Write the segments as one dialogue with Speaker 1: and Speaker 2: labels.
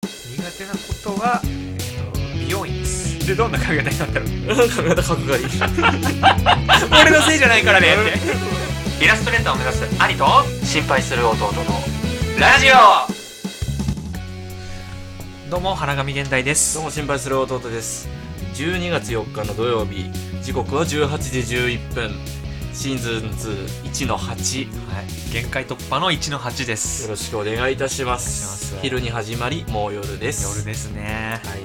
Speaker 1: 苦手なことは、えーと美容院ですでどんな髪型になったの
Speaker 2: 髪型角刈り
Speaker 1: 俺のせいじゃないからねって
Speaker 3: イラストレーターを目指す兄と心配する弟のラジオどうも花神現代で
Speaker 2: ど
Speaker 3: す
Speaker 2: うも心配する弟です12月4日の土曜日時刻は18時11分シーズン21の8、はい、
Speaker 3: 限界突破の1の8で
Speaker 2: よ
Speaker 3: す
Speaker 2: ろしくお願いいたします
Speaker 3: お願いします
Speaker 2: 昼に始まりもう夜です
Speaker 3: 夜ですね
Speaker 2: はい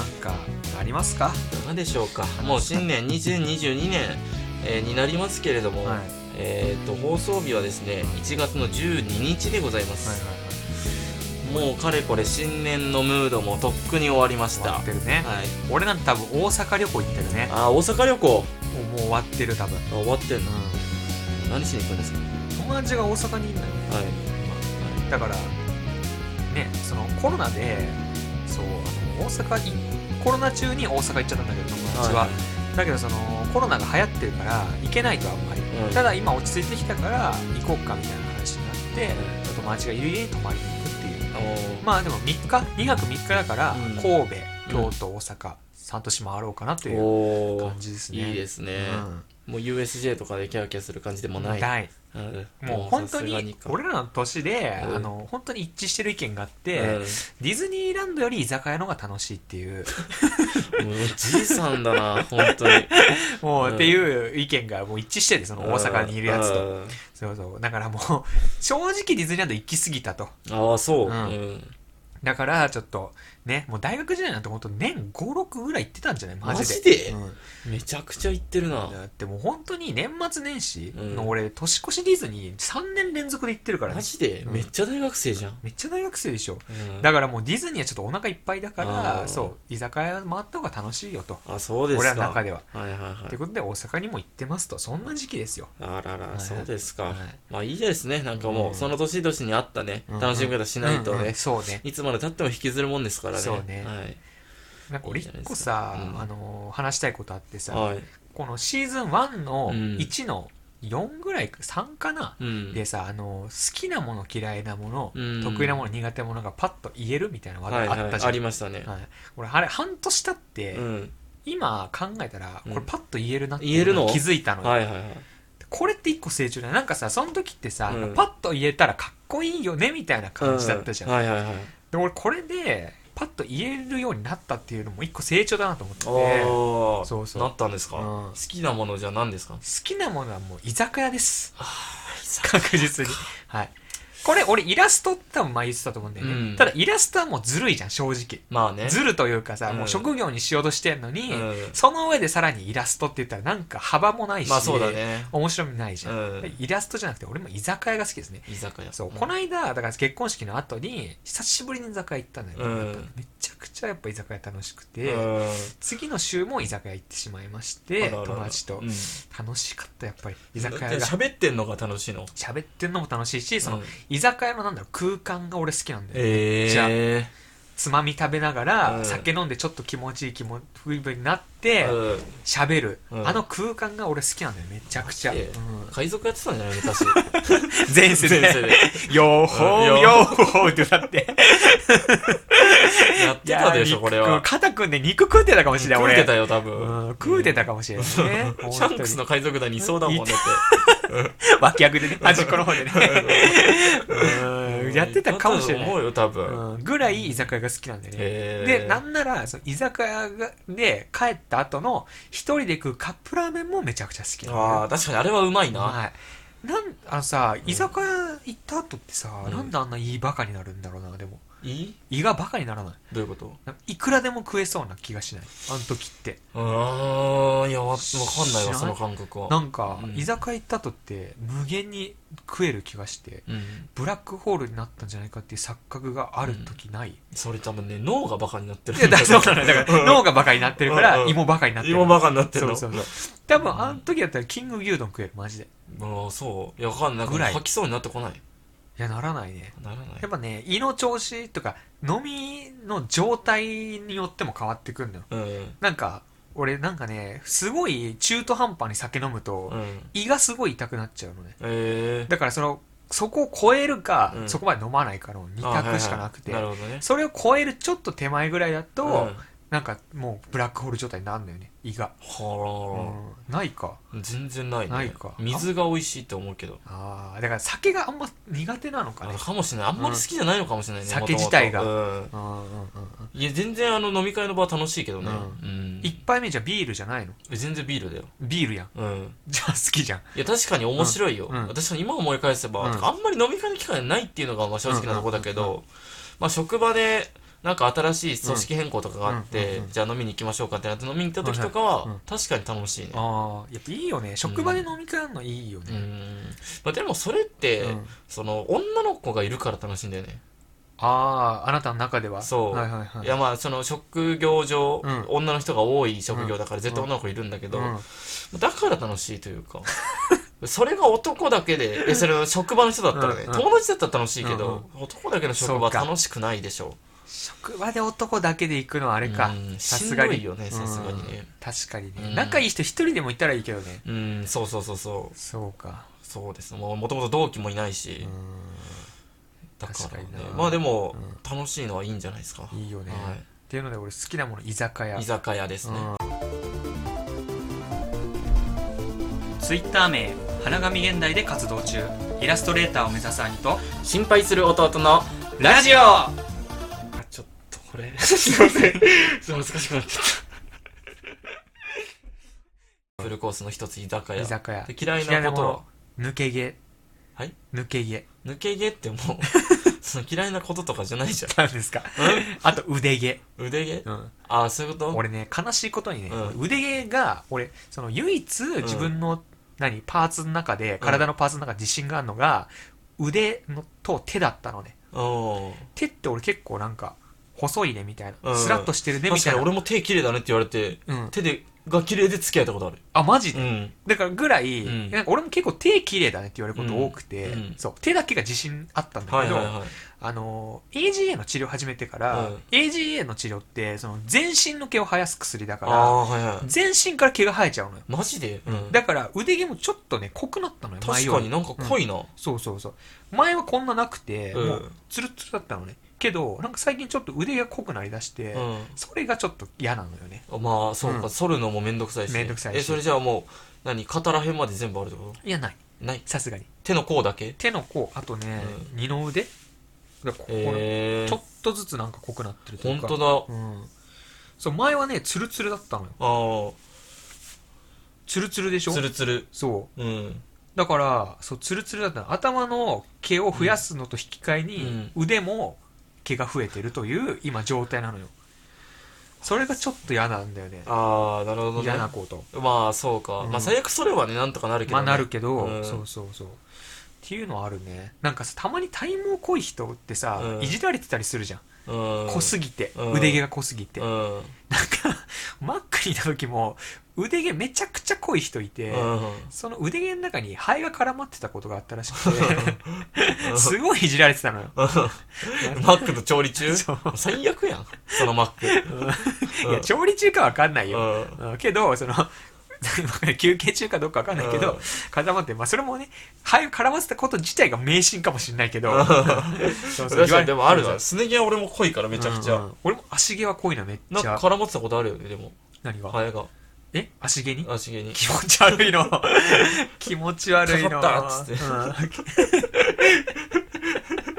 Speaker 3: なんかありますか
Speaker 2: いかがでしょうかもう新年2022年、えーになりますけれども、
Speaker 3: はい
Speaker 2: えー、と放送日はですね1月の12日でございます、もうかれこれ新年のムードもとっくに終わりまし
Speaker 3: 終
Speaker 2: た
Speaker 3: わ
Speaker 2: は
Speaker 3: っ
Speaker 2: い
Speaker 3: てるね、俺なんて多分大阪旅行行ってるね
Speaker 2: あー大阪旅行
Speaker 3: もうもう終わってる多分、
Speaker 2: あ終わってんの何しに行くんですか
Speaker 3: 友達が大阪にいるのよ
Speaker 2: はい
Speaker 3: だからねそのコロナでそうあの大阪いコロナ中に大阪行っちゃったんだけど友達は、
Speaker 2: はい
Speaker 3: だけどそのコロナが流行ってるから行けないとあんまり、
Speaker 2: うん
Speaker 3: ただ今落ち着いてきたから行こうかみたいな話になって、友達がいる家に泊まりに行くっていう
Speaker 2: あのー
Speaker 3: まあでも3日2泊3日だから、
Speaker 2: うん
Speaker 3: 神戸
Speaker 2: う
Speaker 3: 京
Speaker 2: ん
Speaker 3: 都大阪3都市回ろうかなという
Speaker 2: おー
Speaker 3: 感じですね
Speaker 2: いいですね、もう USJ とかでキャーキャーする感じで
Speaker 3: う
Speaker 2: も
Speaker 3: ん、
Speaker 2: ない、
Speaker 3: ない
Speaker 2: うん
Speaker 3: もう本当
Speaker 2: さすが
Speaker 3: に
Speaker 2: か
Speaker 3: 俺らの年で、
Speaker 2: うん
Speaker 3: あの本当に一致してる意見があって、
Speaker 2: うん
Speaker 3: ディズニーランドより居酒屋の方が楽しいって いう、
Speaker 2: もうじいさんだ な本当に
Speaker 3: もう、
Speaker 2: うん
Speaker 3: っていう意見がもう一致してて、その大阪にいるやつと。
Speaker 2: うん
Speaker 3: そうそう。だからもう、正直ディズニーランド行き過ぎたと。
Speaker 2: ああそう、
Speaker 3: う
Speaker 2: うんん
Speaker 3: だから、ちょっと、ね、もう大学時代なんて本当年5、6ぐらい行ってたんじゃないマジで。
Speaker 2: マジで
Speaker 3: うん
Speaker 2: めちゃくちゃ行ってるな
Speaker 3: だってもう本当に年末年始
Speaker 2: う
Speaker 3: の
Speaker 2: ん
Speaker 3: 俺、年越しディズニー3年連続で行ってるから
Speaker 2: マ
Speaker 3: ね。
Speaker 2: ジで、
Speaker 3: うん
Speaker 2: めっちゃ大学生じゃん、
Speaker 3: めっちゃ大学生でしょ。
Speaker 2: うん
Speaker 3: だからもうディズニーはちょっとお腹いっぱいだか
Speaker 2: あ
Speaker 3: ら、
Speaker 2: ー
Speaker 3: そう、居酒屋回った方が楽しいよと。
Speaker 2: あそうです
Speaker 3: 俺
Speaker 2: から
Speaker 3: の中では。
Speaker 2: はいはいは
Speaker 3: という
Speaker 2: い
Speaker 3: ことで大阪にも行ってますとそんな時期ですよ、
Speaker 2: あらら、
Speaker 3: い
Speaker 2: そうですか、
Speaker 3: はい
Speaker 2: まあいいですねなんかもう、
Speaker 3: うん
Speaker 2: その年々にあったね
Speaker 3: うん
Speaker 2: 楽しみ方しないとね、
Speaker 3: うんうんそうね
Speaker 2: いつまで経っても引きずるもんですからね
Speaker 3: そうね
Speaker 2: はい
Speaker 3: なんか俺一個さ
Speaker 2: いいじゃないですかうん
Speaker 3: あのー話したいことあってさ、
Speaker 2: はい
Speaker 3: このシーズン1の
Speaker 2: うん
Speaker 3: 1の4ぐらいか3かな、
Speaker 2: うん
Speaker 3: でさあのー好きなもの嫌いなもの、
Speaker 2: うん
Speaker 3: 得意なもの苦手なものがパッと言えるみたいな話
Speaker 2: は
Speaker 3: 題
Speaker 2: いはい
Speaker 3: あったじゃん、
Speaker 2: ありましたね、
Speaker 3: はい俺あれ半年経って、
Speaker 2: うん
Speaker 3: 今考えたら
Speaker 2: うん
Speaker 3: これパッと言えるなって
Speaker 2: 言えるの
Speaker 3: 気づいたのよ、
Speaker 2: はいはいはい
Speaker 3: これって一個成長だよなんかさその時ってさ、
Speaker 2: うん
Speaker 3: パッと言えたらかっこいいよねみたいな感じだったじゃん
Speaker 2: うんはいはいはい
Speaker 3: で俺これでパッと言えるようになったっていうのも一個成長だなと思ってて好
Speaker 2: ああ
Speaker 3: そうそう
Speaker 2: なったんですか、
Speaker 3: うん
Speaker 2: 好きなものじゃあ何ですか
Speaker 3: きなものはもう居酒屋です
Speaker 2: あ
Speaker 3: 確実にはいこれ俺イラストって多分前言ってたと思うんだよね、
Speaker 2: うん
Speaker 3: ただイラストはもうずるいじゃん正直
Speaker 2: まあね
Speaker 3: ずるというかさ、
Speaker 2: うん
Speaker 3: もう職業にしようとしてんのに、
Speaker 2: うん
Speaker 3: その上でさらにイラストって言ったらなんか幅もないし、
Speaker 2: まあそうだね
Speaker 3: 面白みないじゃん、
Speaker 2: うん
Speaker 3: イラストじゃなくて俺も居酒屋が好きですね
Speaker 2: 居酒屋
Speaker 3: そう、
Speaker 2: ん
Speaker 3: この間だから結婚式の後に久しぶりに居酒屋行ったのよ、
Speaker 2: うん
Speaker 3: めちゃくちゃやっぱ居酒屋楽しく
Speaker 2: うん
Speaker 3: て、次の週も居酒屋行ってしまいまし
Speaker 2: あ
Speaker 3: て
Speaker 2: らあらあら
Speaker 3: 友達と
Speaker 2: うん
Speaker 3: 楽しかったやっぱり居酒屋が
Speaker 2: 喋ってんのが楽しいの
Speaker 3: 喋ってんのも楽しいしその、
Speaker 2: うん
Speaker 3: 居酒屋のなんだろう空間が俺好きなんだよ、
Speaker 2: え
Speaker 3: じゃ
Speaker 2: え
Speaker 3: つまみ食べながら、
Speaker 2: うん
Speaker 3: 酒飲んでちょっと気持ちいい気も気分になって喋、る、
Speaker 2: うん
Speaker 3: あの空間が俺好きなんだよめちゃくちゃ、
Speaker 2: マジで
Speaker 3: うん
Speaker 2: 海賊やってたんじゃな い昔
Speaker 3: 前世 で
Speaker 2: 前世で
Speaker 3: よーほー、
Speaker 2: うん
Speaker 3: よーほーって歌って
Speaker 2: やってたでしょこれ
Speaker 3: いやー
Speaker 2: は
Speaker 3: 肉肩組んで肉食うてたかもしれない
Speaker 2: 食
Speaker 3: 俺
Speaker 2: うてたよ多
Speaker 3: うん、
Speaker 2: 分。
Speaker 3: 食うてたかもしれないね
Speaker 2: シャンクスの海賊団にいそうだもんだって
Speaker 3: 脇役で ね、端っこの方でね。うんやってたかもしれ
Speaker 2: やってたと思
Speaker 3: な
Speaker 2: うよ多分
Speaker 3: い。うん、ぐらい居酒屋が好きなんだよね。
Speaker 2: へー
Speaker 3: で、なんなら、その居酒屋がで帰った後の一人で食うカップラーメンもめちゃくちゃ好きなんだよ
Speaker 2: あ
Speaker 3: ね
Speaker 2: あ確かにあれはうまいうな
Speaker 3: まい。なん、あのさ、居酒屋行った後ってさ、
Speaker 2: うん
Speaker 3: なんであんな胃バカになるんだろうな、でも。
Speaker 2: いい
Speaker 3: 胃がバカにならない。
Speaker 2: どういうこと
Speaker 3: いくらでも食えそうな気がしない。あの時って。
Speaker 2: うーんいやわわかんない
Speaker 3: 知らない
Speaker 2: わその感覚
Speaker 3: な
Speaker 2: は
Speaker 3: んか、
Speaker 2: うん
Speaker 3: 居酒屋行った後って無限に食える気がして
Speaker 2: うん
Speaker 3: ブラックホールになったんじゃないかっていう錯覚がある時ない、
Speaker 2: それ多分ね脳がバカになってる
Speaker 3: いやだ そうなのよだから脳
Speaker 2: が
Speaker 3: がバカになってるから
Speaker 2: うん
Speaker 3: 芋バカになってる
Speaker 2: 今バカになってる
Speaker 3: そう
Speaker 2: の
Speaker 3: そうそう多分あの時だったらキング牛丼食えるマジで
Speaker 2: ああそういやわかんないなん
Speaker 3: ぐ
Speaker 2: から
Speaker 3: い
Speaker 2: 吐きそうになってこない
Speaker 3: いやならないね
Speaker 2: ならない
Speaker 3: やっぱね胃の調子とか飲みの状態によっても変わってくるのよ
Speaker 2: うん
Speaker 3: なんか俺なんかねすごい中途半端に酒飲むと
Speaker 2: うん
Speaker 3: 胃がすごい痛くなっちゃうのね
Speaker 2: ええ
Speaker 3: だからそのそこを超えるか、
Speaker 2: うん
Speaker 3: そこまで飲まないかの二択しかなくて、
Speaker 2: あはいはいなるほどね
Speaker 3: それを超えるちょっと手前ぐらいだと、
Speaker 2: うん
Speaker 3: なんかもうブラックホール状態になるんだよね胃が、
Speaker 2: は
Speaker 3: うんないか
Speaker 2: あ、全然ないね
Speaker 3: ないか
Speaker 2: 水が美味しいって思うけど
Speaker 3: あーだから酒があんま苦手なのか
Speaker 2: あ
Speaker 3: ね
Speaker 2: かもしれないあんまり好きじゃないのかもしれないね、
Speaker 3: うん酒
Speaker 2: 元々
Speaker 3: 自体が
Speaker 2: うん
Speaker 3: うんうんうんうん
Speaker 2: いや全然あの飲み会の場は楽しいけどね、
Speaker 3: う
Speaker 2: うん
Speaker 3: 一杯目じゃビールじゃないの
Speaker 2: 全然ビールだよ、
Speaker 3: ビールやん
Speaker 2: うん、
Speaker 3: じゃあ好きじゃん
Speaker 2: いや確かに面白いよ、
Speaker 3: うんうん
Speaker 2: 私は今思い返せば、
Speaker 3: うん
Speaker 2: あんまり飲み会の機会ないっていうのがまあ正直なとこだけど、まあ、職場でなんか新しい組織変更とかがあって、
Speaker 3: うんうん
Speaker 2: じゃあ飲みに行きましょうかってなって飲みに行った時とかは、
Speaker 3: うん
Speaker 2: 確かに楽しいね
Speaker 3: ああやっぱいいよね職場で飲み会あるのいいよ
Speaker 2: うん
Speaker 3: ね、
Speaker 2: まあ、でもそれって、
Speaker 3: うん
Speaker 2: その女の子がいるから楽しいんだよね、
Speaker 3: あああなたの中では
Speaker 2: そう
Speaker 3: はいはい
Speaker 2: い、
Speaker 3: はい
Speaker 2: やまあその職業上、
Speaker 3: うん
Speaker 2: 女の人が多い職業だから絶対女の子いるんだけど、
Speaker 3: うん
Speaker 2: だから楽しいというかそれが男だけでえそれは職場の人だったらね、
Speaker 3: うんうん
Speaker 2: 友達だったら楽しいけど、男だけの職場は
Speaker 3: そうか
Speaker 2: 楽しくないでしょ
Speaker 3: 職場で男だけで行くのはあ
Speaker 2: う
Speaker 3: れか
Speaker 2: うん
Speaker 3: さ
Speaker 2: し
Speaker 3: す
Speaker 2: ん
Speaker 3: が
Speaker 2: ど
Speaker 3: に
Speaker 2: いよねさすがにね
Speaker 3: 確かにね、
Speaker 2: うん
Speaker 3: 仲いい人一人でもいたらいいけどね
Speaker 2: うんそうそうそうそう
Speaker 3: そうか
Speaker 2: そうですもうもともと同期もいない
Speaker 3: う
Speaker 2: し、
Speaker 3: ん
Speaker 2: だからね
Speaker 3: 確かにな
Speaker 2: まあでも、
Speaker 3: う
Speaker 2: 楽しいのはいいんじゃないですか、
Speaker 3: いいよね、
Speaker 2: は
Speaker 3: っていうので俺好きなもの居酒屋
Speaker 2: い、居酒屋ですね、
Speaker 3: ツイッター名花神現代で活動中イラストレーターを目指す兄と
Speaker 2: 心配する弟の
Speaker 3: ラジオ
Speaker 2: ちょっとこれ すいませんちょっと難しくなっちゃったフルコースの一つ居酒屋
Speaker 3: 居酒屋
Speaker 2: で嫌いなことは
Speaker 3: 抜け毛
Speaker 2: はい
Speaker 3: 抜け毛
Speaker 2: 抜け毛っても うその嫌いなこととかじゃないじゃ
Speaker 3: なんですかあと腕毛、
Speaker 2: ん腕毛
Speaker 3: うん、
Speaker 2: ああそういうこと
Speaker 3: 俺ね悲しいことにね、
Speaker 2: うん
Speaker 3: 腕毛が俺その唯一自分の、何パーツの中で体のパーツの中で自信があるのが、腕のと手だったのね
Speaker 2: おー
Speaker 3: 手って俺結構なんか細いねみたいな、
Speaker 2: うん
Speaker 3: スラッとしてるねみ
Speaker 2: 確
Speaker 3: た
Speaker 2: か
Speaker 3: いな
Speaker 2: に俺も手綺麗だねって言われて
Speaker 3: うん、
Speaker 2: 手でが綺麗で付き合えたことある
Speaker 3: あマジで、
Speaker 2: うん
Speaker 3: だからぐらい、
Speaker 2: うん
Speaker 3: なんか俺も結構手綺麗だねって言われること多くて、
Speaker 2: うんうん
Speaker 3: そう手だけが自信あったんだ
Speaker 2: は
Speaker 3: け
Speaker 2: い
Speaker 3: ど、
Speaker 2: はいはい
Speaker 3: あのー AGA の治療始めてから、
Speaker 2: うん
Speaker 3: AGA の治療ってその全身の毛を生やす薬だ
Speaker 2: あ
Speaker 3: か
Speaker 2: あーはいは
Speaker 3: ら
Speaker 2: い
Speaker 3: 全身から毛が生えちゃうのよ
Speaker 2: マジで、うん、
Speaker 3: だから腕毛もちょっとね濃くなったのよ前
Speaker 2: 確
Speaker 3: よ
Speaker 2: か
Speaker 3: り
Speaker 2: になんか濃いな、
Speaker 3: そうそうそう前はこんななくて、
Speaker 2: うん
Speaker 3: もうツルッツルだったのねけどなんか最近ちょっと腕が濃くなりだして、
Speaker 2: うん
Speaker 3: それがちょっと嫌なのよね
Speaker 2: まあそうか、
Speaker 3: うん
Speaker 2: 剃るのもめんどくさいし
Speaker 3: めんどくさいし
Speaker 2: えそれじゃあもう何肩ら辺まで全部あるってこ
Speaker 3: いやない
Speaker 2: とない
Speaker 3: さすがに
Speaker 2: 手の甲だけ
Speaker 3: 手の甲あとね、二の腕がここの、
Speaker 2: え
Speaker 3: ちょ
Speaker 2: ー
Speaker 3: っ、とずつなんか濃くなってるとい
Speaker 2: 本
Speaker 3: うか
Speaker 2: 当だ
Speaker 3: うん、そう前はねツルツルだったのよ
Speaker 2: あ
Speaker 3: ツルツルでし
Speaker 2: あ
Speaker 3: ょ
Speaker 2: ツルツル
Speaker 3: そう
Speaker 2: うん
Speaker 3: だからそうツルツルだったの頭の毛を増やすのと引き換えに、腕も毛が増えてるという今状態なのよそれがちょっと嫌なんだよね
Speaker 2: ああなるほどね
Speaker 3: 嫌なこと
Speaker 2: まあそうか、
Speaker 3: うん
Speaker 2: まあ最悪それはねなんとかなるけど、
Speaker 3: ま
Speaker 2: ね、
Speaker 3: あなるけど、
Speaker 2: うん
Speaker 3: そうそうそうっていうのはあるねなんかさたまに体毛濃い人ってさ、
Speaker 2: うん
Speaker 3: いじられてたりするじゃん
Speaker 2: うん
Speaker 3: 濃すぎて、
Speaker 2: うん
Speaker 3: 腕毛が濃すぎて、
Speaker 2: うんうん
Speaker 3: マックにいた時も腕毛めちゃくちゃ濃い人いて、その腕毛の中にハエが絡まってたことがあったらしくてすごいいじられてたのよ
Speaker 2: マックの調理中
Speaker 3: そう
Speaker 2: 最悪やんそのマック
Speaker 3: いや調理中かわかんないよ、
Speaker 2: うん
Speaker 3: うんけどその 休憩中かどうかわかんないけど、
Speaker 2: うん
Speaker 3: 固まって、まあ、それもねハエを絡ませたこと自体が迷信かもしれないけどそう
Speaker 2: 確かにでもある
Speaker 3: じゃ
Speaker 2: わすね毛は俺も濃いからめちゃくちゃ、
Speaker 3: 俺も足毛は濃いのめっ
Speaker 2: なん
Speaker 3: ちゃ
Speaker 2: か絡まってたことあるよねでも
Speaker 3: 何が、
Speaker 2: ハエが
Speaker 3: え足毛に
Speaker 2: 足毛に
Speaker 3: 気持ち悪いの 気持ち悪いの
Speaker 2: かかったっつって
Speaker 3: うん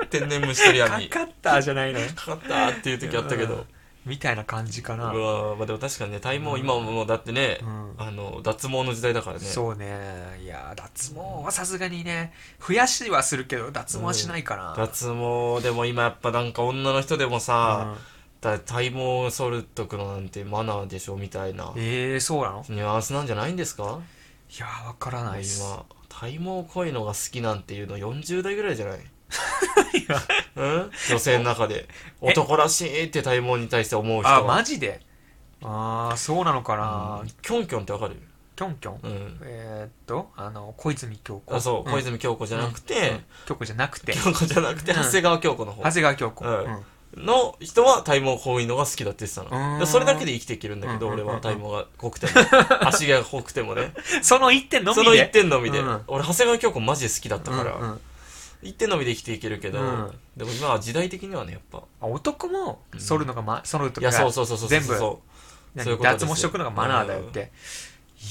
Speaker 2: 天然虫取り網
Speaker 3: かかったじゃないの
Speaker 2: かかったっていう時あったけ
Speaker 3: うん
Speaker 2: ど
Speaker 3: みたいな感じか
Speaker 2: う
Speaker 3: な、
Speaker 2: わまあでも確かにね体毛今もうだってね、
Speaker 3: うん
Speaker 2: あの脱毛の時代だからね
Speaker 3: そうねいや脱毛はさすがにね増やしはするけど脱毛はしないかな、
Speaker 2: 脱毛でも今やっぱなんか女の人でもさ、だ体毛を剃るとくのなんてマナーでしょみたいな
Speaker 3: うんええそうなの
Speaker 2: ニュアンスなんじゃないんですか
Speaker 3: いやわからないっす
Speaker 2: 今体毛濃いのが好きなんていうの40代ぐらいじ ゃないうん、女性の中で
Speaker 3: え
Speaker 2: 男らしいって体毛に対して思う人
Speaker 3: あ
Speaker 2: は
Speaker 3: マジでああそうなのかな、
Speaker 2: キョンキョンってわかる、
Speaker 3: キョンキョン、
Speaker 2: うん、
Speaker 3: えー、っとあの小泉京子
Speaker 2: あそう小泉京子じゃなくて、
Speaker 3: 京子じゃなくて
Speaker 2: 京子じゃなくて
Speaker 3: うん
Speaker 2: 長谷川京子の方
Speaker 3: 長谷川京子、
Speaker 2: うん
Speaker 3: うん
Speaker 2: の人は体毛濃いのが好きだって言ってた
Speaker 3: うーん
Speaker 2: のでそれだけで生きていけるんだけど
Speaker 3: うんうんう
Speaker 2: 俺
Speaker 3: ん
Speaker 2: は体毛が濃く ても足毛が濃くてもね
Speaker 3: その一点のみで
Speaker 2: その一点のみで
Speaker 3: うん
Speaker 2: 俺長谷川京子マジで好きだったから
Speaker 3: うんうん
Speaker 2: 一手伸びで生きていけるけど、
Speaker 3: うん
Speaker 2: でも今は時代的にはねやっぱ
Speaker 3: あ男も剃るのが、ま、剃ると
Speaker 2: い
Speaker 3: か
Speaker 2: やそうそうそうそう
Speaker 3: 全部
Speaker 2: そ
Speaker 3: 何
Speaker 2: そういうことです
Speaker 3: 脱毛しとくのがマナーだよって、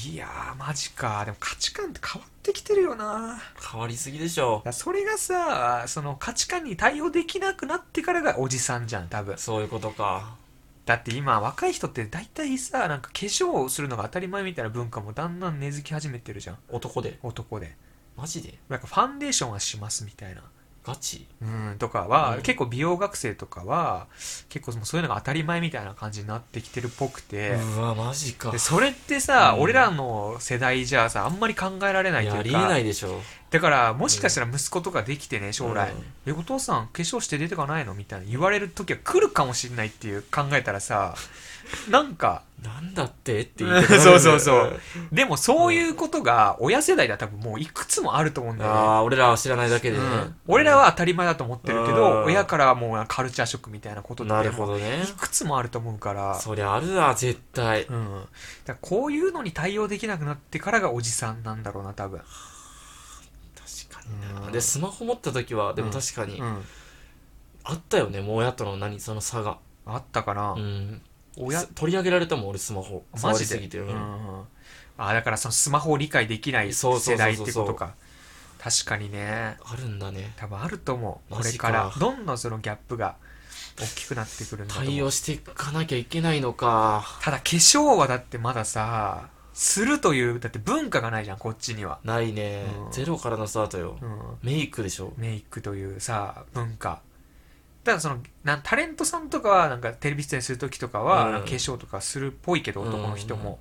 Speaker 3: いやーマジかでも価値観って変わってきてるよな
Speaker 2: う変わりすぎでしょ
Speaker 3: だからそれがさその価値観に対応できなくなってからがおじさんじゃん多分
Speaker 2: そういうことか
Speaker 3: だって今若い人って大体さなんか化粧をするのが当たり前みたいな文化もだんだん根付き始めてるじゃん
Speaker 2: 男で
Speaker 3: 男で
Speaker 2: マジで
Speaker 3: なんかファンデーションはしますみたいな
Speaker 2: ガチ
Speaker 3: うんとかは、
Speaker 2: うん
Speaker 3: 結構美容学生とかは結構もうそういうのが当たり前みたいな感じになってきてるっぽくて、
Speaker 2: うわマジか
Speaker 3: でそれってさ、
Speaker 2: うん
Speaker 3: 俺らの世代じゃさあんまり考えられない
Speaker 2: い
Speaker 3: と
Speaker 2: やあ
Speaker 3: い
Speaker 2: り
Speaker 3: う
Speaker 2: え
Speaker 3: か
Speaker 2: ないでしょ
Speaker 3: だからもしかしたら息子とかできてね将来、
Speaker 2: うん
Speaker 3: えお父さん化粧して出てかないのみたいな言われる時は来るかもしれないっていう考えたら さなんか
Speaker 2: なんだってって言いた くなる
Speaker 3: そうそうそうでもそういうことが親世代では多分もういくつもあると思うんだよね
Speaker 2: ああ俺らは知らないだけで
Speaker 3: う
Speaker 2: ね、
Speaker 3: ん、俺らは当たり前だと思ってるけど、
Speaker 2: うん
Speaker 3: 親からはもうカルチャーショックみたいなことって
Speaker 2: なるほ
Speaker 3: も
Speaker 2: どね
Speaker 3: ういくつもあると思うから
Speaker 2: そりゃあるわ絶対
Speaker 3: う、ん、だからこういうのに対応できなくなってからがおじさんなんだろうな多分、
Speaker 2: 確か
Speaker 3: うん
Speaker 2: でスマホ持った時はでも確かに、
Speaker 3: うん、
Speaker 2: あったよねもう親との何その差が、
Speaker 3: あったかな、
Speaker 2: うん、
Speaker 3: 親
Speaker 2: す取り上げられたもん俺スマホ
Speaker 3: マ
Speaker 2: 触り
Speaker 3: ジ
Speaker 2: す
Speaker 3: で
Speaker 2: ぎて
Speaker 3: う
Speaker 2: うんん
Speaker 3: うんあだからそのスマホを理解できない
Speaker 2: そうそうそうそう
Speaker 3: 世代ってことか確かにね
Speaker 2: あるんだね
Speaker 3: 多分あると思うこ
Speaker 2: マ
Speaker 3: れ
Speaker 2: ジ
Speaker 3: か
Speaker 2: から
Speaker 3: どんどんそのギャップが大きくなってくるんだと思う
Speaker 2: 対応していかなきゃいけないのか
Speaker 3: ただ化粧はだってまださするというだって文化がないじゃんこっちには、
Speaker 2: ないね、
Speaker 3: うん
Speaker 2: ゼロからのスタートよ、
Speaker 3: うん、
Speaker 2: メイクでしょ
Speaker 3: メイクというさ文化だからそのなんタレントさんとかはなんかテレビ出演する時とかは、
Speaker 2: うん
Speaker 3: なんか化粧とかするっぽいけど
Speaker 2: うん
Speaker 3: 男の人も、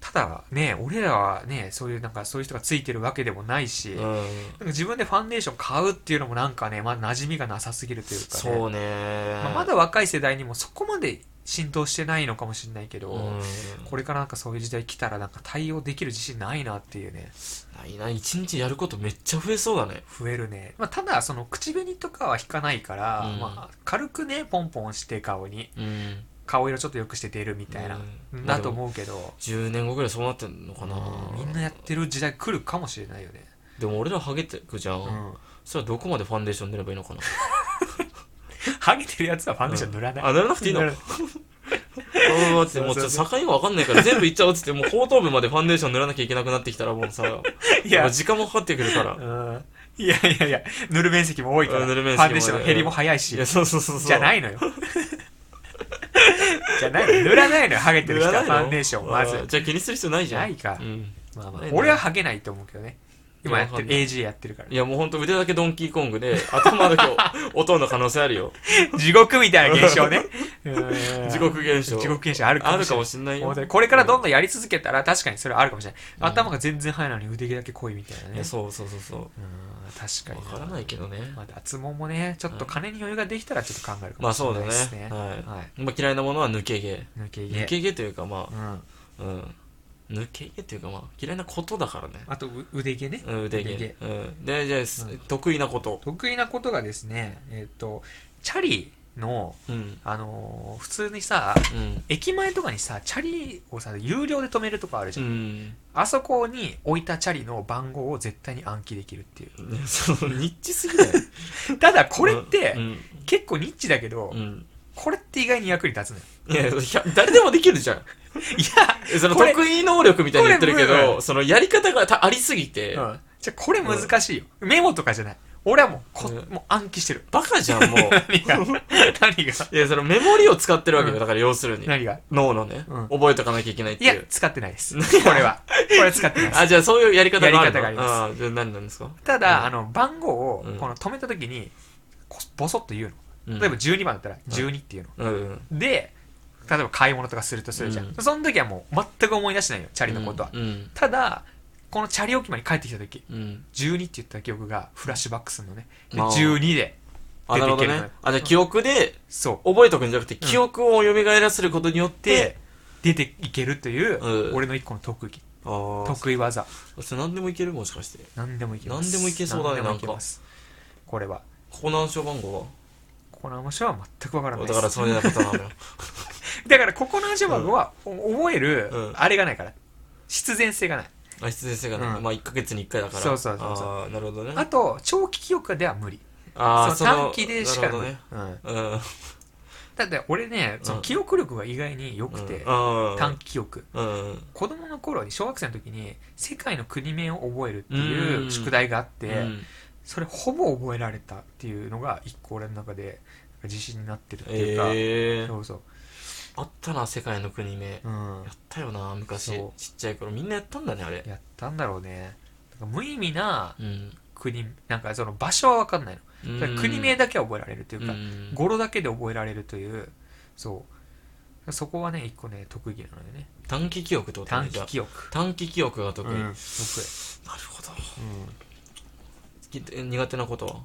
Speaker 3: ただね俺らはねそういうなんかそういう人がついてるわけでもないし、
Speaker 2: う
Speaker 3: なんか
Speaker 2: ん
Speaker 3: 自分でファンデーション買うっていうのもなんかねまだ馴染みがなさすぎるというか、ね
Speaker 2: そうね、
Speaker 3: まあまだ若い世代にもそこまで浸透してないのかもしれないけど、
Speaker 2: うん
Speaker 3: これからなんかそういう時代来たらなんか対応できる自信ないなっていうね
Speaker 2: ないな一日やることめっちゃ増えそうだね
Speaker 3: 増えるね、まあ、ただその口紅とかは引かないから、
Speaker 2: うん
Speaker 3: まあ、軽くねポンポンして顔に
Speaker 2: うん
Speaker 3: 顔色ちょっと良くして出るみたいな、
Speaker 2: うん
Speaker 3: だと思うけど、
Speaker 2: 10年後ぐらいそうなってんのかな、
Speaker 3: みんなやってる時代来るかもしれないよね、
Speaker 2: でも俺らハゲてくじゃ
Speaker 3: う
Speaker 2: ん、
Speaker 3: ん、
Speaker 2: それはどこまでファンデーション塗ればいいのかな
Speaker 3: ハゲてるやつはファンデーション塗ら ない、
Speaker 2: あ、塗らなくていいの
Speaker 3: 塗らな
Speaker 2: あーってもうちょっと境がわかんないから全部いっちゃおうっつってもう後頭部までファンデーション塗らなきゃいけなくなってきたらもうさ、
Speaker 3: い
Speaker 2: やっ
Speaker 3: や
Speaker 2: ぱ時間もかかってくるから。
Speaker 3: うんいやいやいや塗る面積も多いから
Speaker 2: うん
Speaker 3: フ
Speaker 2: 塗
Speaker 3: ァ
Speaker 2: る
Speaker 3: ン
Speaker 2: 面積も多い
Speaker 3: デーションの減りも早いし
Speaker 2: いや、そうそうそうそう。
Speaker 3: じゃないいのよ じゃないの塗らないのよハゲてる
Speaker 2: 塗
Speaker 3: 人
Speaker 2: らな
Speaker 3: はいフ
Speaker 2: の
Speaker 3: ァンデーションをまず
Speaker 2: あーじゃあ気にする必要ないじゃん。
Speaker 3: ないか
Speaker 2: うん。
Speaker 3: まあまあ
Speaker 2: ね、
Speaker 3: 俺はハゲないと思うけどね。今やっ
Speaker 2: い
Speaker 3: て
Speaker 2: や
Speaker 3: る、
Speaker 2: わかんない
Speaker 3: AG やってるか
Speaker 2: いや、もうほんと腕だけドンキーコングで、頭だけ お音の可能性あるよ。
Speaker 3: ら。地獄みたいな現象ね。うん
Speaker 2: 地獄現象。
Speaker 3: 地獄現象あるか
Speaker 2: あ
Speaker 3: も
Speaker 2: る
Speaker 3: しれ
Speaker 2: か
Speaker 3: な
Speaker 2: も
Speaker 3: い。
Speaker 2: しんない
Speaker 3: 本
Speaker 2: よ
Speaker 3: 当。にこれからどんどんやり続けたら確かにそれはあるかもしれない。頭が全然生えないのに腕毛だけ濃いみたいないね。
Speaker 2: や、
Speaker 3: うん
Speaker 2: そうそうそうそう。
Speaker 3: 確
Speaker 2: わ
Speaker 3: か
Speaker 2: から
Speaker 3: にな。
Speaker 2: ないけどね。
Speaker 3: まあ脱毛もね、ちょっと金に余裕ができたらちょっと考えるか
Speaker 2: ま
Speaker 3: も
Speaker 2: あ
Speaker 3: しれ
Speaker 2: そう
Speaker 3: な
Speaker 2: だ
Speaker 3: いですね
Speaker 2: ね。。は
Speaker 3: はい。
Speaker 2: い。まあ嫌いなものは抜け毛。
Speaker 3: 抜け
Speaker 2: 抜
Speaker 3: 毛。
Speaker 2: け毛というかま
Speaker 3: うん。
Speaker 2: あ、うん。抜け毛というかまあ、嫌いなことだからね。
Speaker 3: あとう腕毛ね。
Speaker 2: うん、腕毛。
Speaker 3: 腕毛
Speaker 2: うん。で、じゃあす、
Speaker 3: うん
Speaker 2: 得意なこと。
Speaker 3: 得意なことがですね、えっと、チャリの、
Speaker 2: うん。
Speaker 3: あのー、普通にさ、
Speaker 2: うん。
Speaker 3: 駅前とかにさチャリをさ有料で止めるとこあるじ
Speaker 2: う
Speaker 3: ゃん、
Speaker 2: ん。
Speaker 3: あそこに置いたチャリの番号を絶対に暗記できるってい
Speaker 2: その、ニッチすぎない
Speaker 3: う ただこれって
Speaker 2: うん。
Speaker 3: 結構ニッチだけど、
Speaker 2: うん。
Speaker 3: これって意外に役に立つのよ
Speaker 2: いや、ひゃ誰でもできるじゃん。
Speaker 3: いや、
Speaker 2: えその、
Speaker 3: これ
Speaker 2: 得意能力みたいに言ってるけ
Speaker 3: これ無
Speaker 2: ど、その、やり方がたありすぎて、
Speaker 3: うんじゃあこれ難しいよ、メモとかじゃない俺はもうこ、
Speaker 2: うん
Speaker 3: もう暗記してる
Speaker 2: バカじゃん、もう。
Speaker 3: 何が何が
Speaker 2: いや、その、メモリを使ってるわけ
Speaker 3: う
Speaker 2: よ。
Speaker 3: ん
Speaker 2: だから、要するに。
Speaker 3: 何が
Speaker 2: 脳のね、
Speaker 3: うん
Speaker 2: 覚えとかなきゃいけないっ
Speaker 3: い
Speaker 2: てい
Speaker 3: や
Speaker 2: う。
Speaker 3: 使ってないですこれはこれ使ってないです
Speaker 2: あ、じゃあ、そういうやり方があるの
Speaker 3: やり方が
Speaker 2: あーじゃあ、何なんですか
Speaker 3: ただ、
Speaker 2: うん
Speaker 3: あの番号を
Speaker 2: うん
Speaker 3: この止めた時にこボソッと言うの
Speaker 2: 例
Speaker 3: 例えば、12番だったら12っていうの、
Speaker 2: うん。うん。
Speaker 3: で例えば買い物とかするとするじゃん、
Speaker 2: うん
Speaker 3: その時はもう全く思い出してないよチャリのことは、
Speaker 2: うん。
Speaker 3: ただこのチャリ置き場に帰ってきた時
Speaker 2: うん。
Speaker 3: 12って言った記憶がフラッシュバックするのねで
Speaker 2: あー
Speaker 3: 12で
Speaker 2: あ、なるほどね。あ、じゃあ、記憶で、
Speaker 3: そう
Speaker 2: 覚えとくんじゃなくて、記憶を蘇らせることによって
Speaker 3: で、出ていけるという、
Speaker 2: うん
Speaker 3: 俺の一個の特技
Speaker 2: あー
Speaker 3: 得意技
Speaker 2: それ何でもいけるもしかして。
Speaker 3: 何でもいけます
Speaker 2: 何でもいけそうだね
Speaker 3: 何でもいけますこれは
Speaker 2: ここの暗証番号
Speaker 3: この話は全くわからな
Speaker 2: はいだ
Speaker 3: です
Speaker 2: から、そういうこと なのよ。
Speaker 3: だからここの味わは、お覚える、
Speaker 2: うん
Speaker 3: あれがないから必然性がない
Speaker 2: あ必然性がない、
Speaker 3: うん
Speaker 2: まあ1ヶ月に1回だから
Speaker 3: そうそうそうそう
Speaker 2: あーなるほどね
Speaker 3: あと長期記憶化では無理
Speaker 2: あー
Speaker 3: そ
Speaker 2: そ
Speaker 3: の
Speaker 2: の
Speaker 3: 短期でしか
Speaker 2: なるほど
Speaker 3: ね
Speaker 2: ね、
Speaker 3: うん、
Speaker 2: うん
Speaker 3: だって俺ねその記憶力が意外に良くて、
Speaker 2: うん
Speaker 3: 短期記憶
Speaker 2: うん
Speaker 3: 子供の頃に小学生の時に世界の国名を覚えるっていう宿題があって、
Speaker 2: うん
Speaker 3: それほぼ覚えられたっていうのが一個俺の中で自信になってるっていうか、
Speaker 2: ええ
Speaker 3: そうそう、
Speaker 2: あったな世界の国名や
Speaker 3: うん、
Speaker 2: ったよな昔ちっ
Speaker 3: そう
Speaker 2: ちゃい頃みんなやったんだねあれ
Speaker 3: やったんだろうねなんか無意味な
Speaker 2: うん
Speaker 3: 国なんかその場所は分かんないのそれ国名だけは覚えられると
Speaker 2: と
Speaker 3: いうか、
Speaker 2: ん、
Speaker 3: 語呂だけで覚えられるというそうそこはね一個ね特技なのよね
Speaker 2: 短期記憶ってこと
Speaker 3: 短
Speaker 2: ね
Speaker 3: 期
Speaker 2: じゃ
Speaker 3: 記憶
Speaker 2: あ短期記憶が
Speaker 3: う
Speaker 2: 得意、なる
Speaker 3: ん
Speaker 2: ほど
Speaker 3: 得意うん
Speaker 2: きえ苦手なことは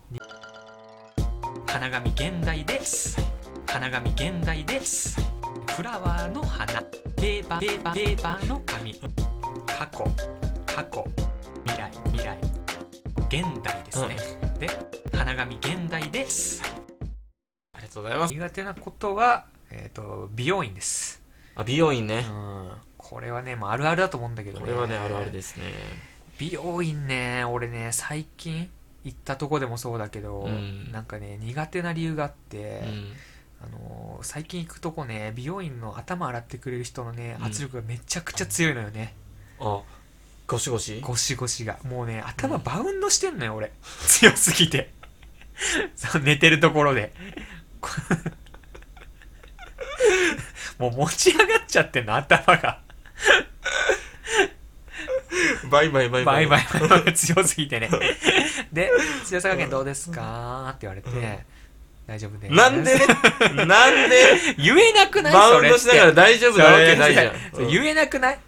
Speaker 3: 花紙現代です花紙現代ですフラワーの花ペーパーペーパーペーパーの紙過去過去未来未来現代ですね、で花紙現代です
Speaker 2: ありがとうございます
Speaker 3: 苦手なことはえっ、と美容院です
Speaker 2: あ美容院ね
Speaker 3: うんこれはねもうあるあるだと思うんだけど
Speaker 2: こ
Speaker 3: ね
Speaker 2: れはねあるあるですね
Speaker 3: 美容院ね俺ね最近行ったとこでもそうだけど、
Speaker 2: うん
Speaker 3: なんかね苦手な理由があっ
Speaker 2: う
Speaker 3: て、
Speaker 2: ん
Speaker 3: あのー最近行くとこね美容院の頭洗ってくれる人のね
Speaker 2: うん
Speaker 3: 圧力がめちゃくちゃ強いのよね、
Speaker 2: あゴシゴシ
Speaker 3: ゴシゴシがもうね頭バウンドしてんのよ俺 強すぎて そう寝てるところで こもう持ち上がっちゃってんの頭が
Speaker 2: バイバイバイ
Speaker 3: バ
Speaker 2: バイ
Speaker 3: イバイバイバイ強すぎて ねで「強さ加減どうですか?」って言われて
Speaker 2: うん
Speaker 3: 「大丈夫です」
Speaker 2: なん でなんで
Speaker 3: 言えなくない
Speaker 2: バ
Speaker 3: そ
Speaker 2: ウン
Speaker 3: れっ
Speaker 2: ド
Speaker 3: て
Speaker 2: しながら大丈夫なわけないじゃん
Speaker 3: そう
Speaker 2: うん
Speaker 3: 言えなくない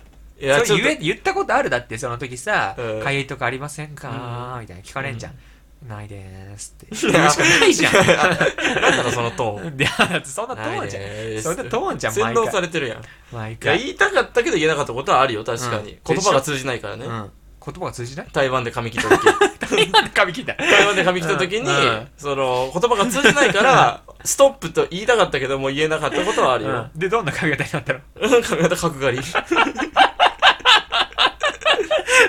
Speaker 2: いやち
Speaker 3: そ
Speaker 2: ょっ
Speaker 3: れ言え
Speaker 2: と
Speaker 3: 言ったことあるだってその時さ
Speaker 2: うん
Speaker 3: 「かゆいとかありませんか?」みたいな聞かれんじゃん「ないでーす」って言うしかないじゃ
Speaker 2: なんだろうそのトーン
Speaker 3: んでだってそんなトーンじゃん
Speaker 2: ん
Speaker 3: そんなトーンじゃん
Speaker 2: 洗
Speaker 3: 毎
Speaker 2: 脳さ
Speaker 3: 回
Speaker 2: れてるやんい
Speaker 3: 毎
Speaker 2: や
Speaker 3: 回
Speaker 2: 言いたかったけど言えなかったことはあるよ確かに、
Speaker 3: うん
Speaker 2: 言葉が通じないからね、
Speaker 3: うん言葉が通じない
Speaker 2: 台湾で髪切った時
Speaker 3: 今の髪切った
Speaker 2: 台湾で髪切った時
Speaker 3: うん
Speaker 2: に、
Speaker 3: うん
Speaker 2: その言葉が通じないからストップと言いたかったけども言えなかったことはあるよ、
Speaker 3: でどんな髪型になったの
Speaker 2: 髪型角刈り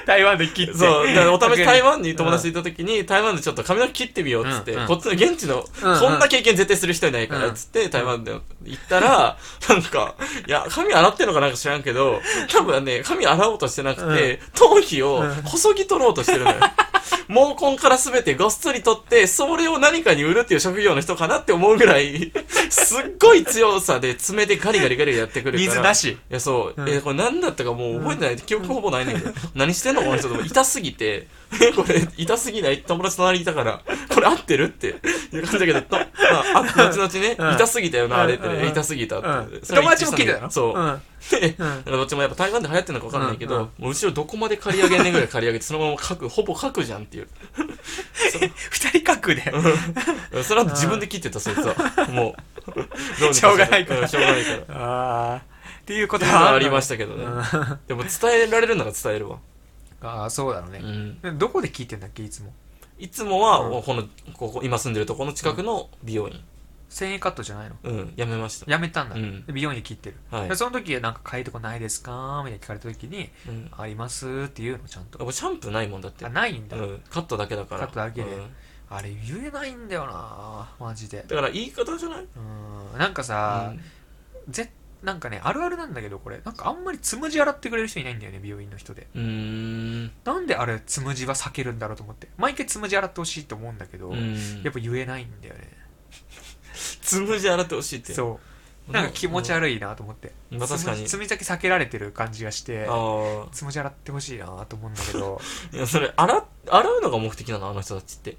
Speaker 3: 台湾で切って
Speaker 2: そう、だからお試し台湾に
Speaker 3: うん
Speaker 2: 友達と行った時に、台湾でちょっと髪の毛切ってみようっつって、
Speaker 3: うんうん
Speaker 2: こっちの現地の、
Speaker 3: うんうん
Speaker 2: こんな経験絶対する人いないからっつって、台湾で行ったら、なんか、いや、髪洗ってるのかなんか知らんけ ど、多分ね、髪洗おうとしてなくて、頭皮を
Speaker 3: うん
Speaker 2: 細ぎ取ろうとして るのよ。毛根からすべてごっそり取って、それを何かに売るっていう職業の人かなって思うぐらい、すっごい強さで爪でガリガリガリやってくるから。
Speaker 3: 水なし
Speaker 2: いやそう、
Speaker 3: うん
Speaker 2: えこれ何だったかもう覚えてない、記憶ほぼないねんけど 何してんのこの人と思って痛すぎて えこれ痛すぎない友達隣にいたから これ合ってるっていう感じだけどと、まあ、あ後々ね、
Speaker 3: うん
Speaker 2: 痛すぎたよなあれって、
Speaker 3: うん
Speaker 2: ね
Speaker 3: うん
Speaker 2: 痛すぎたって、
Speaker 3: うん
Speaker 2: それ
Speaker 3: 友
Speaker 2: は一
Speaker 3: 達
Speaker 2: 致し
Speaker 3: も
Speaker 2: ん
Speaker 3: 切っ
Speaker 2: だけ
Speaker 3: て
Speaker 2: ど
Speaker 3: たの
Speaker 2: そう、
Speaker 3: うん
Speaker 2: で
Speaker 3: うん
Speaker 2: なんかどっちもやっぱ台湾で流行ってるのか分かんないけど、
Speaker 3: うんうん
Speaker 2: もう後ろどこまで刈り上げんねんぐらい刈り上げてそのまま書くほぼ書くじゃ んっていう
Speaker 3: 二人角で
Speaker 2: うんそれは自分で切ってたそいつはもうどうにか
Speaker 3: しょうがないから
Speaker 2: んしょうがないから
Speaker 3: ああっていうこと
Speaker 2: あ
Speaker 3: は
Speaker 2: ありましたたけどね、
Speaker 3: あ
Speaker 2: でも伝えられるなら伝えるわ、
Speaker 3: あーそうだろう
Speaker 2: う
Speaker 3: ね
Speaker 2: ん
Speaker 3: どこで聞いてんだっけいつも
Speaker 2: いつもは、
Speaker 3: うん
Speaker 2: このここ今住んでるとこの近くの美容院、
Speaker 3: 1000円カットじゃないの
Speaker 2: うん、やめました。
Speaker 3: やめたんだ、
Speaker 2: うん
Speaker 3: で美容院で切ってる、
Speaker 2: はい
Speaker 3: で。その時なんか買いとこないですかみたいな聞かれた時に
Speaker 2: うん、やっ
Speaker 3: ありますっていうのちゃんと
Speaker 2: ぱシャンプーないもんだって
Speaker 3: あ。ないんだ、
Speaker 2: うん、カットだけだから。
Speaker 3: カットだけで
Speaker 2: うん
Speaker 3: あれ言えないんだよなマジで
Speaker 2: だから言い方じゃない
Speaker 3: うんなんかさ、ぜなんかねあるあるなんだけどこれなんかあんまりつむじ洗ってくれる人いないんだよね美容院の人で
Speaker 2: うん。うーん。
Speaker 3: なんであれつむじは避けるんだろうと思って毎回つむじ洗ってほしいと思うんだけど、
Speaker 2: うん
Speaker 3: やっぱ言えないんだよね
Speaker 2: つむじ洗ってほしいって。
Speaker 3: そうなんか気持ち悪いなと思って。
Speaker 2: うんまあ確かに
Speaker 3: つむじだけ避けられてる感じがして、
Speaker 2: あ
Speaker 3: つむじ洗ってほしいなと思うんだけど、
Speaker 2: あ。いや、それ、洗っ、洗うのが目的なの、あの人たちって。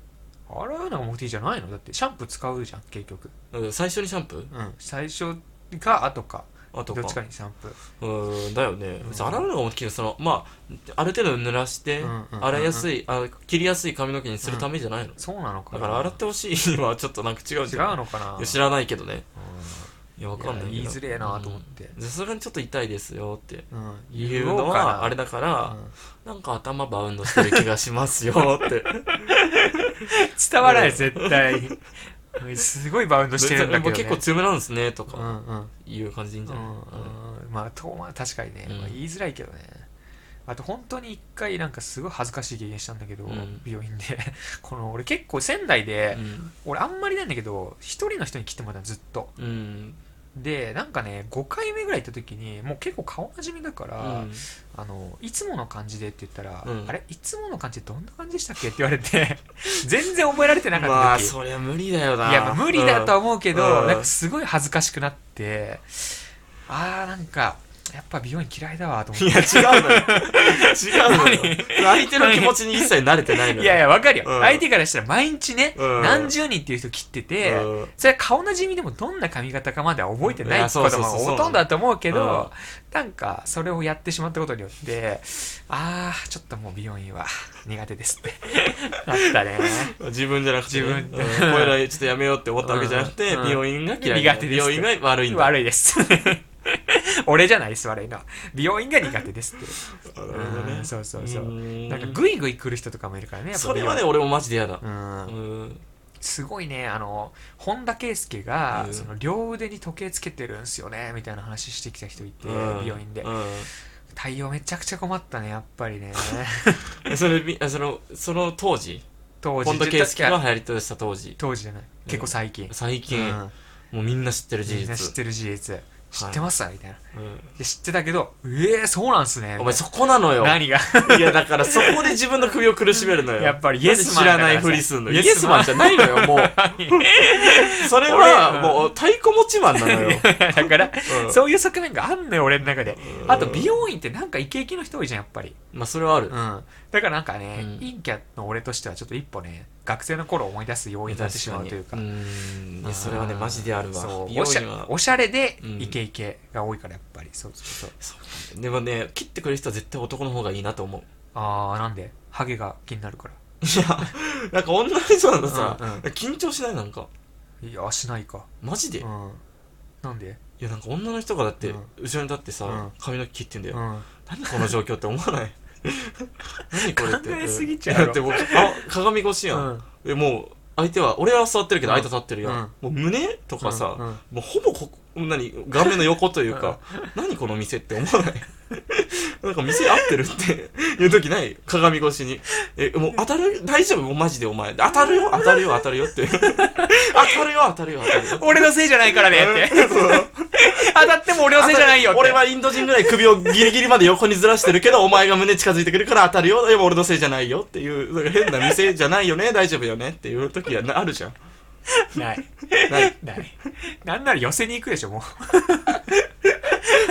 Speaker 3: 洗うのが目的じゃないのだってシャンプー使うじゃん、結局。
Speaker 2: うん、最初にシャンプー
Speaker 3: うん。最初か後か、
Speaker 2: あと
Speaker 3: どっちか
Speaker 2: か。
Speaker 3: にシャンプー。
Speaker 2: うん、だよね
Speaker 3: うん。
Speaker 2: 別に洗うのが目的なの、その、まあ、ある程度濡らして
Speaker 3: うんうんうんう、ん
Speaker 2: 洗いやすい、あ切りやすい髪の毛にするためじゃないの。
Speaker 3: そうなのか
Speaker 2: だ
Speaker 3: な。
Speaker 2: から洗ってほしいのはちょっとなんか違うん
Speaker 3: 違
Speaker 2: じゃないう
Speaker 3: のかない
Speaker 2: や知らないけどね。
Speaker 3: う
Speaker 2: いや、わかんないけど
Speaker 3: いや言いづれえなと思って
Speaker 2: うんでそれにちょっと痛いですよって
Speaker 3: んうん。
Speaker 2: 言うのは、あれ
Speaker 3: だ
Speaker 2: だから、なんか頭バウンドしてる気がしますよ って。
Speaker 3: 伝わらない、絶 対に。すごいバウンドしてるんだけど、ね。
Speaker 2: 結構強めなんですね、と
Speaker 3: う
Speaker 2: か
Speaker 3: んうん。
Speaker 2: いう感じでいいんじ
Speaker 3: う
Speaker 2: ゃない
Speaker 3: んうんまあ、とまあ確かにね、
Speaker 2: うん
Speaker 3: まあ、言いづらいけどね。あと本当に一回なんかすごい恥ずかしい経験したんだけど、
Speaker 2: うん
Speaker 3: 病院で この俺結構仙台で、
Speaker 2: うん
Speaker 3: 俺あんまりないんだけど一人の人に来てもらったのずっと
Speaker 2: うん
Speaker 3: でなんかね5回目ぐらい行った時にもう結構顔なじみだか
Speaker 2: う
Speaker 3: ら、
Speaker 2: ん
Speaker 3: あのいつもの感じでって言ったら、
Speaker 2: うん
Speaker 3: あれいつもの感じってどんな感じでしたっけって言われて 全然覚えられてなかった時
Speaker 2: まあそりゃ無理だよない
Speaker 3: いやまあ無理だとは思うけど、
Speaker 2: うん
Speaker 3: なんかすごい恥ずかしくなってあーなんかやっぱ美容院嫌いだわと思って
Speaker 2: いや違うのよ違うのよ 相手の気持ちに一切慣れてないのよ
Speaker 3: いやいや、わかるよ、
Speaker 2: うん
Speaker 3: 相手からしたら毎日ね、
Speaker 2: うん
Speaker 3: 何十人っていう人切ってて、
Speaker 2: うん
Speaker 3: それは顔なじみでもどんな髪型かまでは覚えてないい
Speaker 2: や
Speaker 3: こ
Speaker 2: そう
Speaker 3: と
Speaker 2: そう
Speaker 3: も
Speaker 2: そう
Speaker 3: ほとんどだと思うけど、
Speaker 2: うん
Speaker 3: なんか、それをやってしまったことによって、あー、ちょっともう美容院は苦手です って。あったね。
Speaker 2: 自分じゃなくて、ね、
Speaker 3: 自分
Speaker 2: うんこれらちょっとやめようって思ったわけじゃなくて、
Speaker 3: うん
Speaker 2: 美容院が嫌い
Speaker 3: 苦手です
Speaker 2: 美容院が悪いんだ
Speaker 3: 悪いです。 俺じゃないです、悪いのは。美容院が苦手ですって。
Speaker 2: なるほどね
Speaker 3: うんそうそうそう。
Speaker 2: ん
Speaker 3: なんかグイグイ来る人とかもいるからね、やっぱ
Speaker 2: そ
Speaker 3: 美
Speaker 2: れ
Speaker 3: 容
Speaker 2: はね俺もマジで嫌だ、
Speaker 3: うん
Speaker 2: う、ん、
Speaker 3: すごいねあの本田圭佑が、
Speaker 2: うん
Speaker 3: その両腕に時計つけてるんすよねみたいな話してきた人いて、
Speaker 2: うん
Speaker 3: 美容院で、
Speaker 2: う
Speaker 3: 対応めちゃくちゃ困ったねやっぱりね
Speaker 2: ん、それみあそのその当時
Speaker 3: 当時
Speaker 2: 本田圭佑が流行りとした当時
Speaker 3: 当時じゃない結構最近、
Speaker 2: 最近、
Speaker 3: うん
Speaker 2: もうみんな知ってる事
Speaker 3: みんな知っ
Speaker 2: 実、
Speaker 3: てる事実知ってますみたいな
Speaker 2: うん
Speaker 3: で知ってたけどええそうなんすね
Speaker 2: お前そこなのよ
Speaker 3: 何が
Speaker 2: いやだからそこで自分の首を苦しめるのよ
Speaker 3: やっぱり
Speaker 2: イ
Speaker 3: イ
Speaker 2: エ
Speaker 3: エ
Speaker 2: ス
Speaker 3: ス
Speaker 2: 知
Speaker 3: マン
Speaker 2: ら
Speaker 3: だからさ
Speaker 2: ないふりすんのよイ
Speaker 3: イ
Speaker 2: エ
Speaker 3: エ
Speaker 2: ス
Speaker 3: ス
Speaker 2: マ
Speaker 3: マ
Speaker 2: ン
Speaker 3: ン
Speaker 2: じゃないの よもうそれは
Speaker 3: 俺うん
Speaker 2: もう太鼓持ちマンなのよ
Speaker 3: だから、
Speaker 2: うん
Speaker 3: そういう側面があんのよ俺の中で
Speaker 2: うん
Speaker 3: あと美容院ってなんかイケイケの人多いじゃんやっぱり
Speaker 2: まあそれはある
Speaker 3: うん、だからなんかね、
Speaker 2: うん
Speaker 3: 陰キャの俺としてはちょっと一歩ね学生の頃を思い出す要因になってしまうというか
Speaker 2: 確にーんいやそれはねマジであるわ
Speaker 3: そ
Speaker 2: 美
Speaker 3: うお
Speaker 2: 容
Speaker 3: し
Speaker 2: 院
Speaker 3: ゃ
Speaker 2: は
Speaker 3: おしゃれで
Speaker 2: うん
Speaker 3: イケイケが多いからやっぱり、そうそうそう
Speaker 2: でもね切ってくれる人は絶対男の方がいいなと思う
Speaker 3: ああなんでハゲが気になるから
Speaker 2: いや なんか女の人なんださ、
Speaker 3: うんうん
Speaker 2: 緊張しないなんか
Speaker 3: いやしないか
Speaker 2: マジで、
Speaker 3: う
Speaker 2: い
Speaker 3: んなんで
Speaker 2: やなんか女の人がだって、
Speaker 3: うん
Speaker 2: 後ろに立ってさ、
Speaker 3: うん
Speaker 2: 髪の毛切ってんだよ、
Speaker 3: うん
Speaker 2: 何この状況って思わない 何これって
Speaker 3: 考えすぎちゃうやろ
Speaker 2: だってもうあ鏡越しやん、えもう相手は俺は座ってるけど
Speaker 3: うん
Speaker 2: 相手立ってるやん、もう胸とかさ、
Speaker 3: うんうん
Speaker 2: もうほぼここ何顔面の横というか何この店って思わない なんか店合ってるっていう 時ない鏡越しにえもう当たる大丈夫マジでお前当たるよ当たるよ当たるよって 当たるよ当たるよ当たるよ
Speaker 3: 俺のせいじゃないからねって 当たっても俺のせいじゃないよって
Speaker 2: 俺はインド人ぐらい首をギリギリまで横にずらしてるけど、お前が胸近づいてくるから当たるよ。でも俺のせいじゃないよっていう、なんか変な店じゃないよね、大丈夫よねっていう時はなあるじゃん。
Speaker 3: ない
Speaker 2: ない
Speaker 3: ないなんなら寄せに行くでしょもう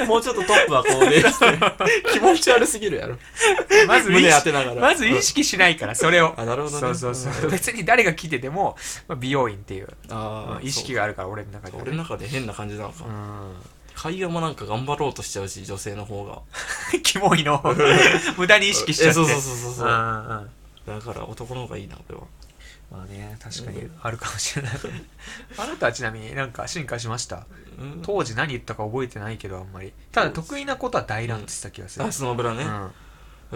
Speaker 2: もうちょっとトップはこうですって。 気持ち悪すぎるやろ。
Speaker 3: まず意識
Speaker 2: 胸当てながら。
Speaker 3: まず意識しないからそれを
Speaker 2: あなるほどね
Speaker 3: そうそうそううん別に誰が聞いてても、まあ、美容院っていう
Speaker 2: うん。ああ、
Speaker 3: 意識があるから俺の中
Speaker 2: そ
Speaker 3: で
Speaker 2: う。
Speaker 3: はね、
Speaker 2: 俺の中で変な感じなのか。
Speaker 3: う
Speaker 2: 会話もなんか頑張ろうとしちゃうし、女性の方が。
Speaker 3: ん キモいの無駄に意識しちゃ
Speaker 2: え
Speaker 3: って
Speaker 2: そうそうそうそうそ
Speaker 3: んん
Speaker 2: う。だ
Speaker 3: ま
Speaker 2: から男の方がいいな、俺は。
Speaker 3: あね確かにあるかもしれないあなたはちなみになんか進化しました
Speaker 2: うん
Speaker 3: 当時何言ったか覚えてないけどあんまりただ得意なことは大乱ってした気がする
Speaker 2: あ、スマブラね。
Speaker 3: う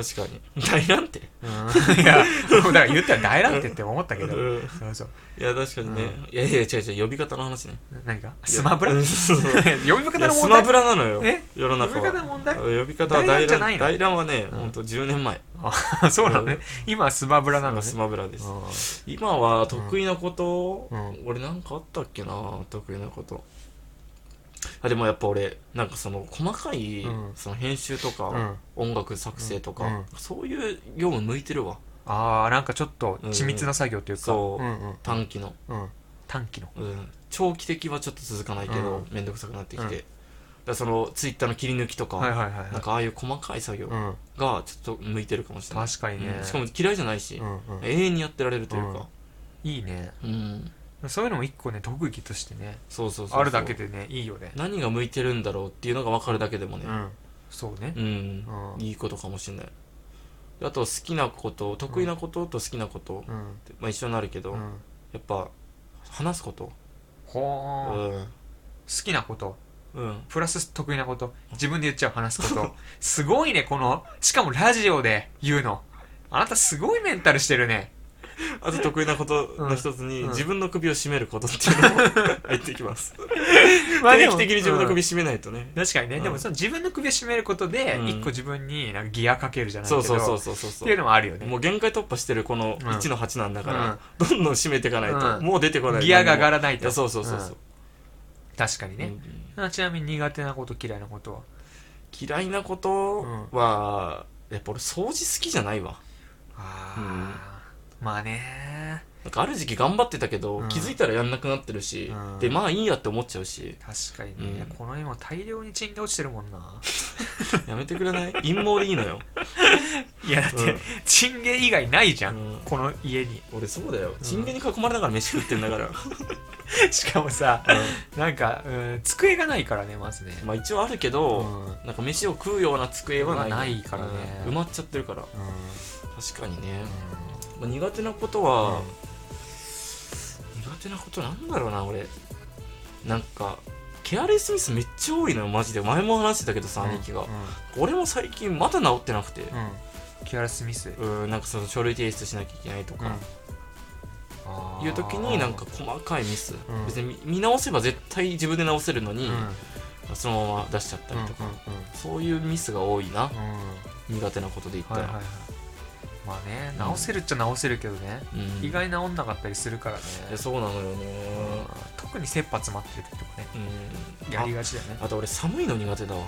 Speaker 2: 確かに。大なんて。
Speaker 3: んうんいやもうだから言ったら大乱ってって思ったけど
Speaker 2: うん
Speaker 3: そうそう
Speaker 2: いや、確かにね。いやいや、違う違う、呼び方の話ね。
Speaker 3: な何かスマブラ
Speaker 2: う
Speaker 3: 呼
Speaker 2: ん
Speaker 3: び
Speaker 2: そうそうい
Speaker 3: 方
Speaker 2: や
Speaker 3: の
Speaker 2: ス
Speaker 3: 問
Speaker 2: マ
Speaker 3: 題
Speaker 2: ブラなのよ
Speaker 3: え
Speaker 2: 世の中
Speaker 3: 呼
Speaker 2: は
Speaker 3: び方の問題
Speaker 2: 呼び方は
Speaker 3: 大
Speaker 2: 大
Speaker 3: 乱じゃないの
Speaker 2: 乱大乱はね
Speaker 3: うん
Speaker 2: ほんと10年前
Speaker 3: あそうなのね今はスマブラなのね
Speaker 2: スマブラです
Speaker 3: うん
Speaker 2: 今は得意なこと
Speaker 3: うん
Speaker 2: 俺なんかあったっけな得意なことあでもやっぱ俺なんかその細かい
Speaker 3: うん
Speaker 2: その編集とか音楽作成と
Speaker 3: う
Speaker 2: か
Speaker 3: ん
Speaker 2: そういう業務向いてるわ
Speaker 3: ああなんかちょっと緻密な作業というか
Speaker 2: そうん
Speaker 3: うん
Speaker 2: 短期の
Speaker 3: うん短期の
Speaker 2: うん長期的はちょっと続かないけどめんどくさくなってき
Speaker 3: うん
Speaker 2: てだからそのツイッターの切り抜きと
Speaker 3: はい
Speaker 2: か
Speaker 3: はいはい
Speaker 2: なん
Speaker 3: は
Speaker 2: かああいう細かい作業
Speaker 3: いうん
Speaker 2: がちょっと向いてるかもしれない
Speaker 3: 確かにね、
Speaker 2: しかも嫌いじゃないし、
Speaker 3: うんうん、
Speaker 2: 永遠にやってられるというか、
Speaker 3: いいね
Speaker 2: うん
Speaker 3: そういうのも一個ね特技としてね
Speaker 2: そうそうそうそう
Speaker 3: あるだけでねいいよね
Speaker 2: 何が向いてるんだろうっていうのが分かるだけでもね
Speaker 3: うんそうね
Speaker 2: う、ん、
Speaker 3: うん
Speaker 2: いいことかもしれないあと好きなこと得意なことと好きなこと、
Speaker 3: うん
Speaker 2: まあ、一緒になるけど、
Speaker 3: う
Speaker 2: や
Speaker 3: ん、
Speaker 2: っぱ話すことう
Speaker 3: ほー好
Speaker 2: ん、
Speaker 3: きなこと
Speaker 2: うん、
Speaker 3: プラス得意なこと自分で言っちゃう話すことすごいねこのしかもラジオで言うのあなたすごいメンタルしてるね
Speaker 2: あと得意なことの一つに、
Speaker 3: うんうん
Speaker 2: 自分の首を絞めることっていうのも 入ってきます。
Speaker 3: まあで
Speaker 2: 定
Speaker 3: も
Speaker 2: 期的に自分の
Speaker 3: うん
Speaker 2: 首絞めないとね。
Speaker 3: 確かにね、
Speaker 2: うん
Speaker 3: でもその自分の首を絞めることで
Speaker 2: うん
Speaker 3: 一個自分になんかギアかけるじゃないけ
Speaker 2: そ
Speaker 3: ど、
Speaker 2: うそうそう
Speaker 3: っ
Speaker 2: そうそう
Speaker 3: ていうのもあるよね
Speaker 2: もう限界突破してるこの
Speaker 3: うん
Speaker 2: 1の8なんだから、どんどん締めていかないと、
Speaker 3: うん
Speaker 2: もう出てこない
Speaker 3: ギアが上がらない
Speaker 2: い
Speaker 3: と
Speaker 2: やそうそうそうそう、
Speaker 3: ん確かにね、あちなみに苦手なこと嫌いなことは
Speaker 2: うん嫌いなことは、やっぱ俺掃除好きじゃないわ
Speaker 3: あー、まあね
Speaker 2: なんかある時期頑張ってたけど、
Speaker 3: うん
Speaker 2: 気づいたらやんなくなってるし、
Speaker 3: うん
Speaker 2: でまあいいやって思っちゃうし
Speaker 3: 確かにね、
Speaker 2: うん
Speaker 3: この今大量にチンが落ちてるもんな
Speaker 2: やめてく れない陰謀でいいのよ、
Speaker 3: いやだって、
Speaker 2: うん
Speaker 3: チンゲ以外ないじゃん、
Speaker 2: うん
Speaker 3: この家に
Speaker 2: 俺そうだよ人間に囲まれながら飯食ってんだから、
Speaker 3: しかもさ なんか、うん、机がないからねまずね、
Speaker 2: まあ一応あるけど、
Speaker 3: うん
Speaker 2: なんか飯を食うような机はない,、
Speaker 3: まあないからね
Speaker 2: うん埋まっちゃってるから
Speaker 3: うん
Speaker 2: 確かにね、まあ、苦手なことは、苦手なことなんだろうな俺なんかケアレスミスめっちゃ多いのよマジで前も話してたけどさ、兄貴が、
Speaker 3: うん
Speaker 2: 俺も最近まだ治ってなくて
Speaker 3: うんキアラ・スミス、
Speaker 2: うんなんかその書類提出しなきゃいけないとか、
Speaker 3: あー
Speaker 2: いう時になんか細かいミス、
Speaker 3: うん
Speaker 2: 別に見見直せば絶対自分で直せるの
Speaker 3: うん
Speaker 2: に、
Speaker 3: うん
Speaker 2: そのまま出しちゃったりとか、そういうミスが多いな
Speaker 3: うんうんうん
Speaker 2: 苦手なことで言った
Speaker 3: はい
Speaker 2: ら、
Speaker 3: はいはいまあね
Speaker 2: ん
Speaker 3: 直せるっちゃ直せるけどね、
Speaker 2: うん
Speaker 3: 意外に治んなかったりするからね、
Speaker 2: いやそうなのよね
Speaker 3: 特に切羽詰まってる時とかね
Speaker 2: うん
Speaker 3: やりがちだよね
Speaker 2: ああと俺寒いの苦手だわ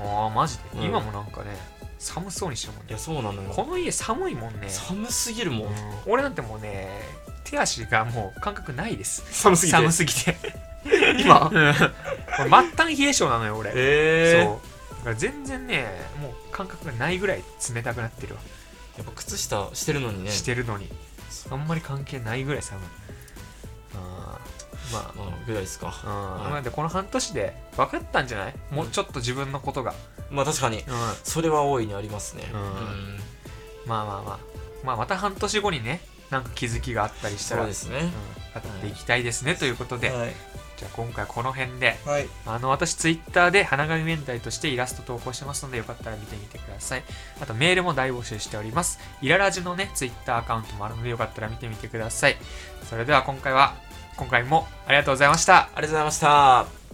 Speaker 3: ああマジで、
Speaker 2: うん
Speaker 3: 今もなんかね寒そうにしてるもん
Speaker 2: い
Speaker 3: ね
Speaker 2: やそうなのよ
Speaker 3: この家寒いもんね、
Speaker 2: 寒すぎるもん、
Speaker 3: うん俺なんてもうね手足がもう感覚ないです
Speaker 2: 寒すぎて
Speaker 3: 寒すぎて
Speaker 2: 今
Speaker 3: うん俺末端冷え性なのよ俺
Speaker 2: え
Speaker 3: そうだから全然ねもう感覚がないぐらい冷たくなってるわ、
Speaker 2: やっぱ靴下してるのにね
Speaker 3: してるのにあんまり関係ないぐらい寒いあーま
Speaker 2: まあぐらいですか
Speaker 3: あ、
Speaker 2: は
Speaker 3: う
Speaker 2: い
Speaker 3: ん、なんでこの半年で分かったんじゃないもうちょっと自分のことが、
Speaker 2: まあ確かに
Speaker 3: うんま
Speaker 2: それは大いにありますね
Speaker 3: うんあまあまあ、まあ、また半年後にねなんか気づきがあったりした
Speaker 2: そ
Speaker 3: ら
Speaker 2: うですね
Speaker 3: うん、語っていきたいですねということで、
Speaker 2: はい
Speaker 3: じゃあ今回この辺で
Speaker 2: はい
Speaker 3: あの私ツイッターで花紙明太としてイラスト投稿してますのでよかったら見てみてくださいあとメールも大募集しておりますイララジのねツイッターアカウントもあるのでよかったら見てみてくださいそれでは今回は今回もありがとうございました
Speaker 2: ありがとうございました